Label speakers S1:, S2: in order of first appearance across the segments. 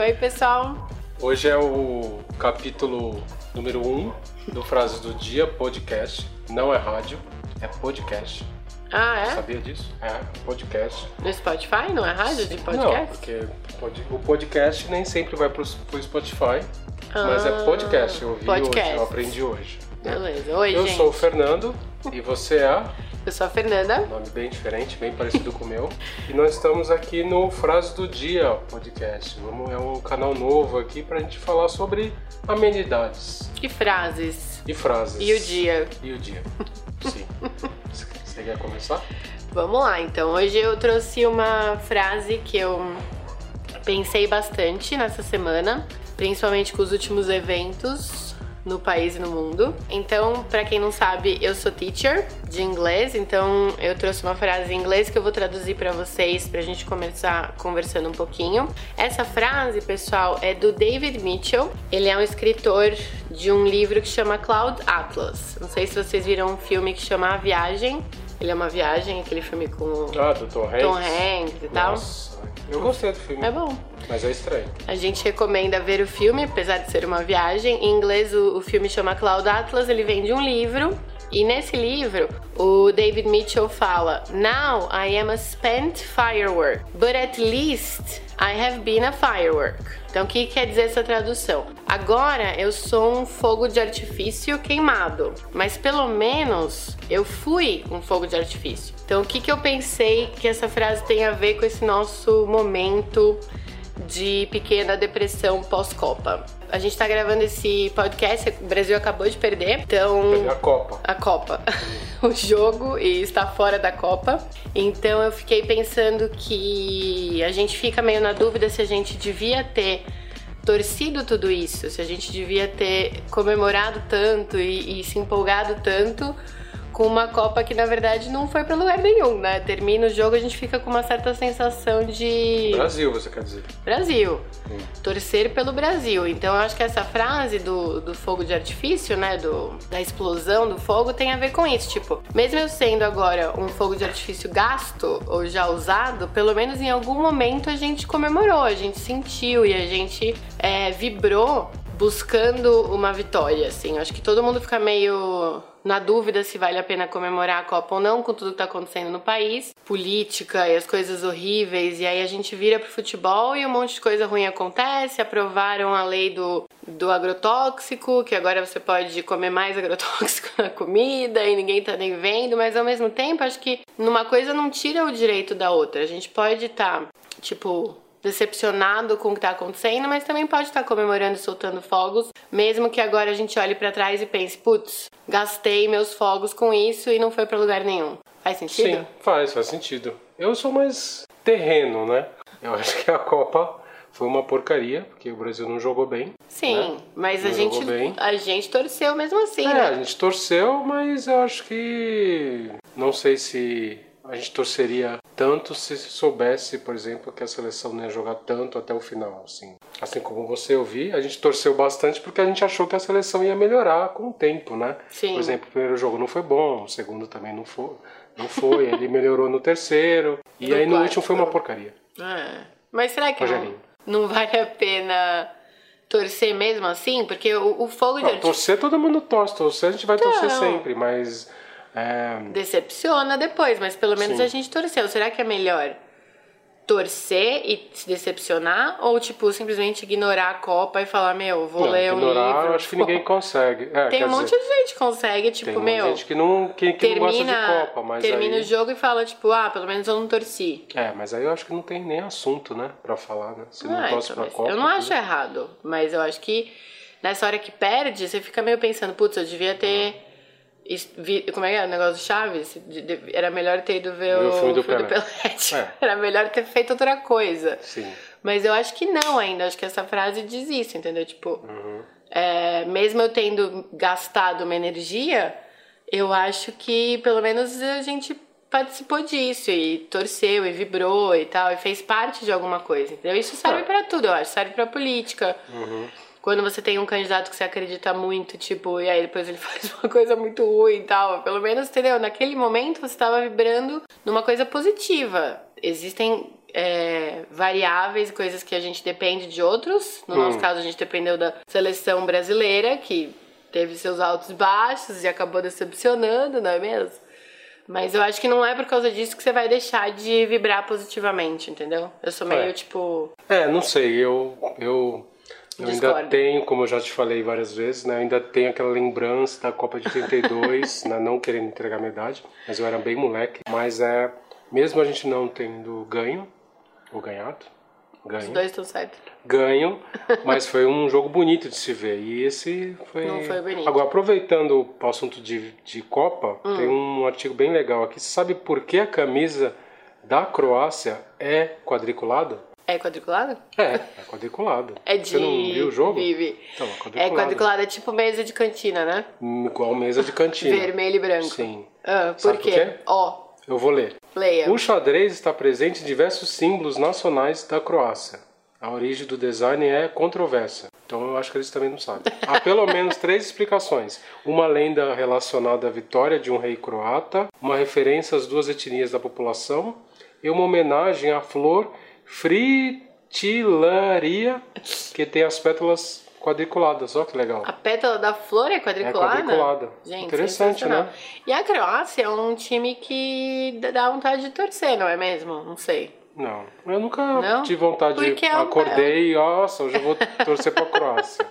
S1: Oi, pessoal.
S2: Hoje é o capítulo número 1 um do Frases do Dia podcast. Não é rádio, é podcast.
S1: Ah, é?
S2: Sabia disso? É, podcast.
S1: No Spotify? Não é rádio de
S2: Não,
S1: podcast?
S2: porque pod- o podcast nem sempre vai pro, pro Spotify, mas
S1: Ah,
S2: é podcast. Eu vi
S1: podcast.
S2: hoje, eu aprendi hoje. né?
S1: Beleza. Oi,
S2: eu
S1: gente.
S2: sou o Fernando e você é
S1: Eu sou a Fernanda.
S2: nome bem diferente, bem parecido com o meu. E nós estamos aqui no Frase do Dia podcast. Vamos, é um canal novo aqui pra gente falar sobre amenidades
S1: E frases.
S2: e frases.
S1: E o dia.
S2: E o dia. Sim. Você- Você quer começar?
S1: Vamos lá, então. Hoje eu trouxe uma frase que eu pensei bastante nessa semana, principalmente com os últimos eventos no país e no mundo. Então, pra quem não sabe, eu sou teacher de inglês, então eu trouxe uma frase em inglês que eu vou traduzir pra vocês pra gente começar conversando um pouquinho. Essa frase, pessoal, é do David Mitchell. Ele é um escritor de um livro que chama Cloud Atlas. Não sei se vocês viram um filme que chama A Viagem. Ele é uma viagem, aquele filme com o
S2: Ah, do Tom Hanks.
S1: Tom Hanks e tal.
S2: Nossa, eu gostei do filme,
S1: É bom.
S2: mas é estranho.
S1: A gente recomenda ver o filme, apesar de ser uma viagem. Em inglês, o, o filme chama Cloud Atlas, ele vem de um livro. E nesse livro, o David Mitchell fala: Now I am a spent firework, but at least I have been a firework. Então, o que quer dizer essa tradução? Agora eu sou um fogo de artifício queimado, mas pelo menos eu fui um fogo de artifício. Então, o que, que eu pensei que essa frase tem a ver com esse nosso momento de pequena depressão pós-Copa. A gente tá gravando esse podcast, o Brasil acabou de perder,
S2: Peguei
S1: então
S2: é a Copa.
S1: a Copa, o jogo e está fora da Copa. Então eu fiquei pensando que a gente fica meio na dúvida se a gente devia ter torcido tudo isso, se a gente devia ter comemorado tanto e, e se empolgado tanto com uma Copa que na verdade não foi pra lugar nenhum, né? Termina o jogo, a gente fica com uma certa sensação de
S2: Brasil, você quer dizer.
S1: Brasil.
S2: Sim.
S1: Torcer pelo Brasil. Então eu acho que essa frase do, do fogo de artifício, né? Do, da explosão do fogo tem a ver com isso. Tipo, mesmo eu sendo agora um fogo de artifício gasto ou já usado, pelo menos em algum momento a gente comemorou, a gente sentiu e a gente é, vibrou buscando uma vitória, assim. Eu acho que todo mundo fica meio na dúvida se vale a pena comemorar a Copa ou não, com tudo que tá acontecendo no país, política e as coisas horríveis, e aí a gente vira pro futebol e um monte de coisa ruim acontece. Aprovaram a lei do, do agrotóxico, que agora você pode comer mais agrotóxico na comida e ninguém tá nem vendo, mas ao mesmo tempo acho que numa coisa não tira o direito da outra. A gente pode estar, tipo, decepcionado com o que tá acontecendo, mas também pode estar comemorando e soltando fogos, mesmo que agora a gente olhe pra trás e pense, putz, gastei meus fogos com isso e não foi pra lugar nenhum. Faz sentido?
S2: Sim, faz, faz sentido. Eu sou mais terreno, né? Eu acho que a Copa foi uma porcaria, porque o Brasil não jogou bem.
S1: Sim,
S2: né?
S1: mas a
S2: Jogou
S1: gente
S2: bem.
S1: a gente torceu mesmo assim,
S2: É, a
S1: né?
S2: gente torceu, mas eu acho que. Não sei se a gente torceria tanto se soubesse, por exemplo, que a seleção não ia jogar tanto até o final. Assim, assim como você eu vi, a gente torceu bastante porque a gente achou que a seleção ia melhorar com o tempo, né?
S1: Sim.
S2: Por exemplo, o primeiro jogo não foi bom, o segundo também não foi. Não foi, ele melhorou no terceiro. E
S1: No
S2: aí no
S1: quarto.
S2: último foi uma porcaria.
S1: É. Mas será que não,
S2: Rogerinho.
S1: não vale a pena torcer mesmo assim? Porque o, o fogo de
S2: Não,
S1: artifício
S2: torcer todo mundo torce, torcer a gente vai torcer
S1: Então.
S2: sempre, mas. é,
S1: decepciona depois, mas pelo menos
S2: Sim.
S1: a gente torceu. Será que é melhor torcer e se decepcionar? Ou, tipo, simplesmente ignorar a Copa e falar, meu, vou
S2: não,
S1: ler um
S2: ignorar,
S1: livro?
S2: eu acho que ninguém consegue. É,
S1: Tem
S2: quer
S1: um monte
S2: dizer,
S1: de gente que consegue,
S2: Tem
S1: tipo,
S2: um
S1: meu,
S2: gente que não, que, que não gosta
S1: termina,
S2: de Copa, mas
S1: termina
S2: aí...
S1: o jogo e fala, tipo, ah, pelo menos eu não torci.
S2: É, mas aí eu acho que não tem nem assunto, né, pra falar, né? Se não
S1: Ah,
S2: torce
S1: então,
S2: pra
S1: mas
S2: Copa... né?
S1: Eu não
S2: tudo.
S1: acho errado, mas eu acho que nessa hora que perde, você fica meio pensando, putz, eu devia
S2: Uhum.
S1: ter. es- vi- Como é que era o negócio do Chaves? De- de- Era melhor ter ido ver o, filme do Pelé.
S2: É.
S1: Era melhor ter feito outra coisa.
S2: Sim.
S1: Mas eu acho que não ainda, acho que essa frase diz isso, entendeu? Tipo, é, mesmo eu tendo gastado uma energia, eu acho que pelo menos a gente participou disso e torceu e vibrou e tal, e fez parte de alguma coisa, entendeu? Isso serve
S2: É.
S1: pra tudo, eu acho, serve pra política. Quando você tem um candidato que você acredita muito, tipo, e aí depois ele faz uma coisa muito ruim e tal, pelo menos, entendeu? Naquele momento você estava vibrando numa coisa positiva. Existem é, variáveis, coisas que a gente depende de outros. No nosso caso, a gente dependeu da seleção brasileira, que teve seus altos e baixos e acabou decepcionando, não é mesmo? Mas eu acho que não é por causa disso que você vai deixar de vibrar positivamente, entendeu? Eu sou meio
S2: É.
S1: tipo.
S2: É, não sei, eu, eu, eu ainda
S1: Discordo.
S2: tenho, como eu já te falei várias vezes, né? Eu ainda tenho aquela lembrança da Copa de 82, né? não querendo entregar a minha idade, mas eu era bem moleque. Mas é, mesmo a gente não tendo ganho, ou ganhado,
S1: Os
S2: ganho,
S1: dois estão certos.
S2: ganho, mas foi um jogo bonito de se ver. E esse foi.
S1: Não foi bonito. Hum.
S2: Agora, aproveitando o assunto de, de Copa, tem um artigo bem legal aqui. Você sabe por que a camisa da Croácia é quadriculada?
S1: É quadriculado?
S2: É, é quadriculado.
S1: É de.
S2: Você não viu o jogo?
S1: Vive.
S2: Então, é
S1: É
S2: quadriculado.
S1: quadriculado, é tipo mesa de cantina, né?
S2: Hum, Igual mesa de cantina.
S1: Vermelho e branco.
S2: Sim.
S1: Ah, por
S2: Sabe por
S1: quê?
S2: quê?
S1: Ó,
S2: Eu vou ler.
S1: leia.
S2: O xadrez está presente em diversos símbolos nacionais da Croácia. A origem do design é controversa. Então eu acho que eles também não sabem. Há pelo menos três explicações. Uma lenda relacionada à vitória de um rei croata, uma referência às duas etnias da população e uma homenagem à flor fritillaria que tem as pétalas quadriculadas. Olha que legal.
S1: A pétala da flor é quadriculada?
S2: É quadriculada.
S1: Gente,
S2: Interessante,
S1: sensacional.
S2: né?
S1: E a Croácia é um time que d- dá vontade de torcer, não é mesmo? Não sei.
S2: Não, eu nunca
S1: Não?
S2: tive vontade de.
S1: Porque é um-
S2: Acordei e, nossa, hoje eu vou torcer pra Croácia.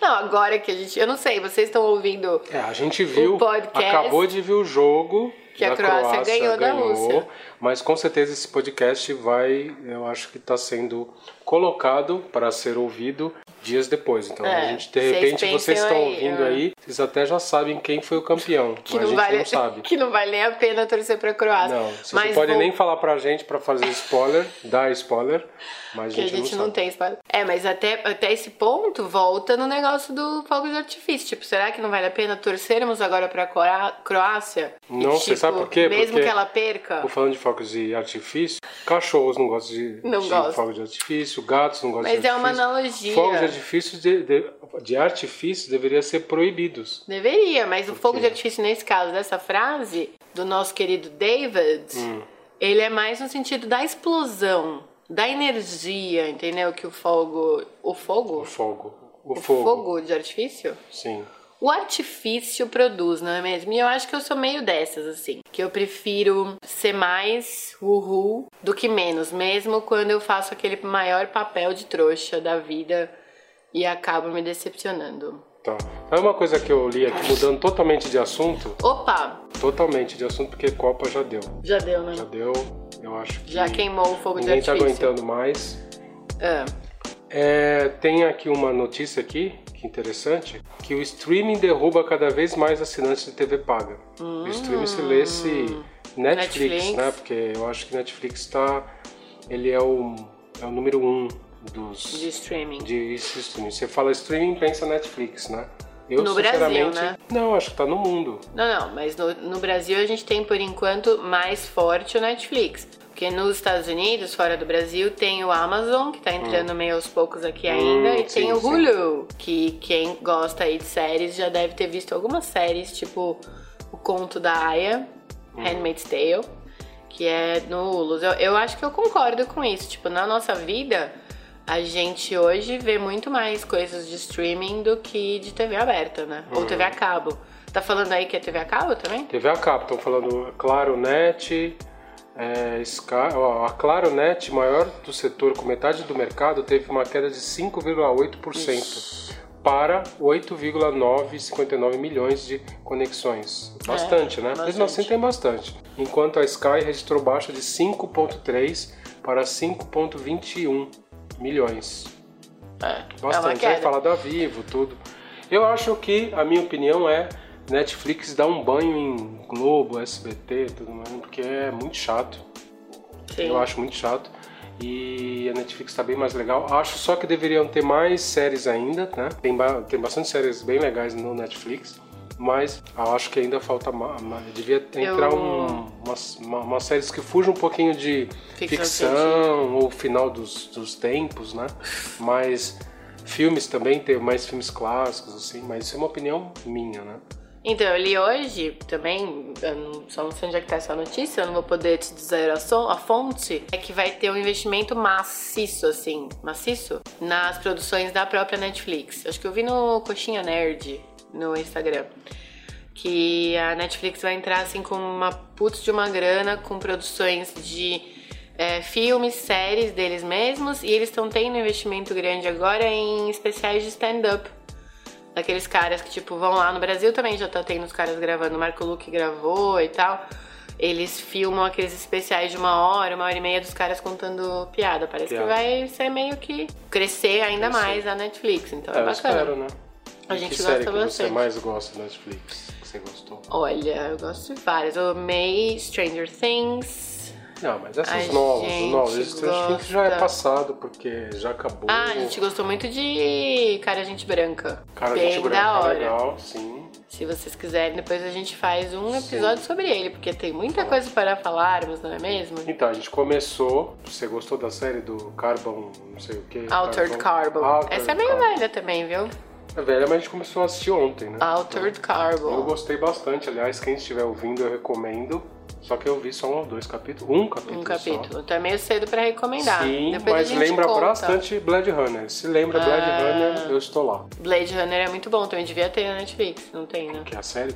S1: Não, agora que a gente... Eu não sei, vocês estão ouvindo...
S2: É, a gente viu,
S1: O podcast
S2: acabou de ver o jogo
S1: que a
S2: da
S1: Croácia ganhou da Rússia.
S2: mas com certeza esse podcast vai, eu acho que está sendo colocado para ser ouvido dias depois. Então,
S1: É,
S2: a gente de
S1: vocês
S2: repente vocês
S1: pensam
S2: estão
S1: aí,
S2: ouvindo
S1: é.
S2: aí, vocês até já sabem quem foi o campeão, mas
S1: Que
S2: a
S1: não,
S2: gente
S1: vale,
S2: não sabe.
S1: que não vale nem a pena torcer pra Croácia.
S2: Não, vocês
S1: Mas
S2: não podem
S1: vou-
S2: nem falar pra gente pra fazer spoiler, dar spoiler, mas a
S1: Que a
S2: gente,
S1: gente
S2: não,
S1: não
S2: sabe.
S1: tem espaço. É, mas até, até esse ponto volta no negócio do fogo de artifício. Tipo, será que não vale a pena torcermos agora pra Cora- Croácia? E,
S2: Não sei,
S1: tipo,
S2: sabe por quê?
S1: Mesmo
S2: Porque-
S1: que ela perca.
S2: Tô falando de fogos de artifício, cachorros não gostam de,
S1: Não
S2: de
S1: gostam.
S2: fogos de artifício, gatos não gostam
S1: Mas
S2: de
S1: é uma
S2: artifício.
S1: analogia.
S2: Fogos de artifício, de, de, de artifício deveria ser proibidos.
S1: Deveria, mas o fogo
S2: quê?
S1: de artifício, nesse caso, dessa frase, do nosso querido David,
S2: Hum.
S1: ele é mais no sentido da explosão, da energia, entendeu? Que o fogo. O
S2: O
S1: fogo?
S2: fogo. O,
S1: O
S2: fogo.
S1: fogo de artifício?
S2: Sim.
S1: O artifício produz, não é mesmo? E eu acho que eu sou meio dessas, assim. Que eu prefiro ser mais uhul do que menos, mesmo quando eu faço aquele maior papel de trouxa da vida e acabo me decepcionando.
S2: Tá. Sabe uma coisa que eu li aqui, mudando totalmente de assunto?
S1: Opa!
S2: Totalmente de assunto, porque Copa já deu.
S1: Já deu, né?
S2: Já deu, eu acho que.
S1: Já queimou o fogo de
S2: Ninguém tá
S1: artifício.
S2: aguentando mais.
S1: Ah,
S2: É, tem aqui uma notícia aqui, que interessante, que o streaming derruba cada vez mais assinantes de TV paga. O streaming se lê esse Netflix,
S1: Hum. Netflix.
S2: né? Porque eu acho que Netflix está, ele é o, é o número um dos
S1: de streaming.
S2: de streaming. Você fala streaming, pensa Netflix, né? Eu,
S1: No Brasil,
S2: sinceramente,
S1: né?
S2: não, acho que tá no mundo.
S1: Não, não, mas no, no Brasil a gente tem por enquanto mais forte o Netflix. Porque nos Estados Unidos, fora do Brasil, tem o Amazon, que tá entrando meio aos poucos aqui ainda, e
S2: sim,
S1: tem o
S2: Hum. sim.
S1: Hulu, que quem gosta aí de séries já deve ter visto algumas séries, tipo O Conto da Aya,
S2: Hum.
S1: Handmaid's Tale, que é no Hulu. Eu, eu acho que eu concordo com isso. Tipo, na nossa vida, a gente hoje vê muito mais coisas de streaming do que de TV aberta, né?
S2: Uhum.
S1: Ou TV a cabo. Tá falando aí que é TV a cabo também?
S2: TV a cabo, estão falando Claronet, é, Sky, ó, a Claronet, maior do setor com metade do mercado, teve uma queda de 5,8% para 8,959 milhões de conexões. Bastante, né?
S1: bastante.
S2: Mesmo assim tem bastante. Enquanto a Sky registrou baixa de 5,3 para 5,21 milhões.
S1: É. é uma
S2: Bastante,
S1: queda.
S2: aí fala da Vivo, tudo. Eu acho que, a minha opinião é, Netflix dá um banho em Globo, SBT, tudo mais, porque é muito chato.
S1: Sim.
S2: Eu acho muito chato. E a Netflix tá bem mais legal. Acho só que deveriam ter mais séries ainda, né? Tem, ba- tem bastante séries bem legais no Netflix. Mas eu acho que ainda falta mais. Devia entrar
S1: Eu-
S2: um- umas, uma- umas séries que fujam um pouquinho de
S1: Ficção
S2: ficção, ou final dos, dos tempos, né? Mas filmes também, ter mais filmes clássicos, assim. Mas isso é uma opinião minha, né?
S1: Então, eu li hoje também, eu não- só não sei onde é que tá essa notícia, eu não vou poder te dizer a, so- a fonte, é que vai ter um investimento maciço, assim, maciço, nas produções da própria Netflix. Acho que eu vi no Coxinha Nerd, no Instagram. Que a Netflix vai entrar, assim, com uma putz de uma grana, com produções de é, filmes, séries deles mesmos, e eles estão tendo um investimento grande agora em especiais de stand-up. Daqueles caras que, tipo, vão lá no Brasil também, já tá tendo os caras gravando, o Marco Luque gravou e tal. Eles filmam aqueles especiais de uma hora, uma hora e meia dos caras contando piada. Parece
S2: Piada.
S1: que vai ser meio que crescer ainda
S2: Crescer.
S1: mais a Netflix, então é,
S2: É, eu
S1: bacana.
S2: espero, né?
S1: A
S2: E
S1: gente
S2: que
S1: gosta
S2: série que você
S1: bastante.
S2: mais gosta da Netflix? Que você gostou?
S1: Olha, eu gosto de várias. Eu amei Stranger Things.
S2: Não, mas essas
S1: A
S2: novas,
S1: gente
S2: novas, esse Stranger Things já é
S1: gosta.
S2: passado, porque já acabou.
S1: Ah, a gente gostou muito de Cara Gente Branca.
S2: Cara,
S1: Bem
S2: gente
S1: da
S2: branca, é
S1: hora.
S2: legal, sim.
S1: Se vocês quiserem, depois a gente faz
S2: Sim.
S1: um
S2: Tá.
S1: episódio sobre ele, porque tem muita coisa para falarmos, não é mesmo?
S2: Então, a gente começou. Você gostou da série do Carbon, não sei o que?
S1: Altered Carbon. Essa é meio velha também, viu?
S2: É velha, mas a gente começou a assistir ontem, né?
S1: Altered
S2: Eu
S1: Carbon.
S2: gostei bastante, aliás, quem estiver ouvindo eu recomendo. Só que eu vi só um ou dois capítulos. Um capítulo.
S1: Um
S2: só.
S1: capítulo. Então é meio cedo para recomendar.
S2: Sim,
S1: Depois a
S2: mas
S1: gente
S2: lembra
S1: conta. Ah.
S2: bastante Blade Runner. Se lembra Blade Runner, eu estou lá.
S1: Blade Runner é muito bom, também devia ter na Netflix. Não tem, né?
S2: Que é a série?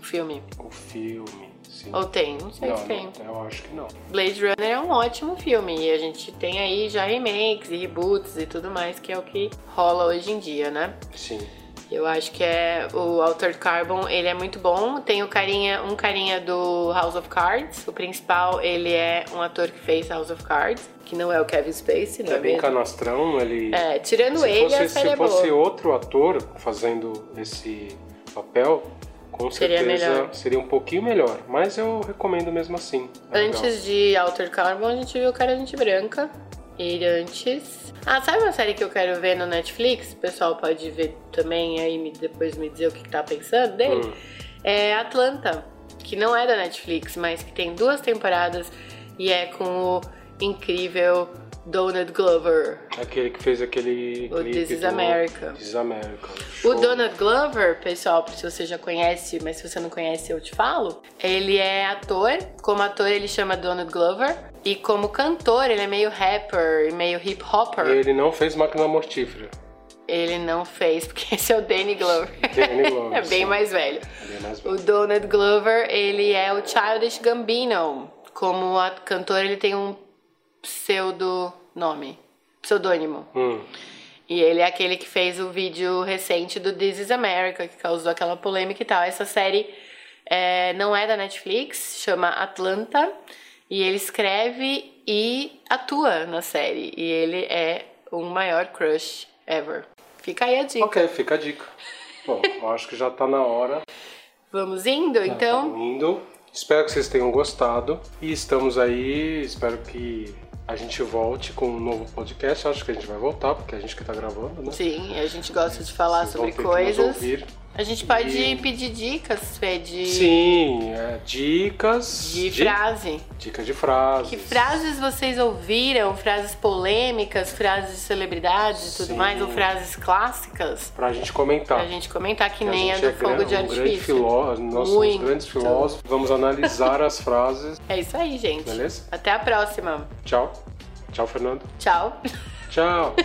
S1: O filme.
S2: O filme, sim.
S1: Ou tem? Não sei
S2: não,
S1: se tem.
S2: não, eu acho que não.
S1: Blade Runner é um ótimo filme e a gente tem aí já remakes e reboots e tudo mais, que é o que rola hoje em dia, né?
S2: Sim.
S1: Eu acho que é o Altered Carbon, ele é muito bom. Tem o carinha, um carinha do House of Cards, o principal, ele é um ator que fez House of Cards, que não é o Kevin Spacey, não
S2: É
S1: é,
S2: bem
S1: mesmo?
S2: canastrão, ele.
S1: É, tirando
S2: se
S1: ele,
S2: fosse,
S1: a série
S2: se
S1: é boa.
S2: fosse outro ator fazendo esse papel, com
S1: Seria
S2: certeza
S1: melhor.
S2: seria um pouquinho melhor. Mas eu recomendo mesmo assim. É legal.
S1: Antes de Altered Carbon, a gente viu o Cara Gente Branca. E antes. Ah, sabe uma série que eu quero ver no Netflix? O pessoal pode ver também aí me- depois me dizer o que, que tá pensando dele.
S2: Hum.
S1: É Atlanta, que não é da Netflix, mas que tem duas temporadas e é com o incrível Donald Glover.
S2: Aquele que fez aquele.
S1: O
S2: clipe
S1: This is
S2: do
S1: America.
S2: This is America.
S1: O
S2: Show.
S1: Donald Glover, pessoal, se você já conhece, mas se você não conhece, eu te falo. Ele é ator, como ator ele chama Donald Glover, e como cantor ele é meio rapper e meio hip hopper.
S2: Ele não fez máquina mortífera.
S1: Ele não fez, porque esse é o Danny Glover.
S2: Danny Glover,
S1: é bem
S2: sim.
S1: mais velho.
S2: Ele é mais
S1: O Donald Glover, ele é o Childish Gambino. Como a- cantor, ele tem um pseudo nome, pseudônimo.
S2: Hum.
S1: E ele é aquele que fez o vídeo recente do This is America, que causou aquela polêmica e tal. Essa série é, não é da Netflix, chama Atlanta. E ele escreve e atua na série. E ele é o maior crush ever. Fica aí a dica.
S2: Ok, fica a dica. Bom, eu acho que já tá na hora.
S1: Vamos indo,
S2: Tá,
S1: então?
S2: Indo. Espero que vocês tenham gostado. E estamos aí. Espero que a gente volte com um novo podcast. Acho que a gente vai voltar, porque a gente que tá gravando, né?
S1: Sim, a gente gosta de falar
S2: Vocês
S1: sobre
S2: vão ter que nos
S1: coisas.
S2: ouvir.
S1: A gente pode
S2: E-
S1: pedir dicas, Fê, de,
S2: Sim, é, dicas.
S1: de frase.
S2: Dicas de frases.
S1: Que frases vocês ouviram? Frases polêmicas, frases de celebridades e tudo
S2: Sim.
S1: mais, ou frases clássicas?
S2: Pra gente comentar.
S1: Pra gente comentar que
S2: A
S1: nem a
S2: gente
S1: do
S2: é
S1: fogo
S2: grande,
S1: de
S2: um grande
S1: artifício.
S2: filósofo, nós somos
S1: Muito.
S2: grandes filósofos. Vamos analisar as frases.
S1: é isso aí, gente.
S2: Beleza?
S1: Até a próxima.
S2: Tchau. Tchau, Fernando.
S1: Tchau.
S2: Tchau.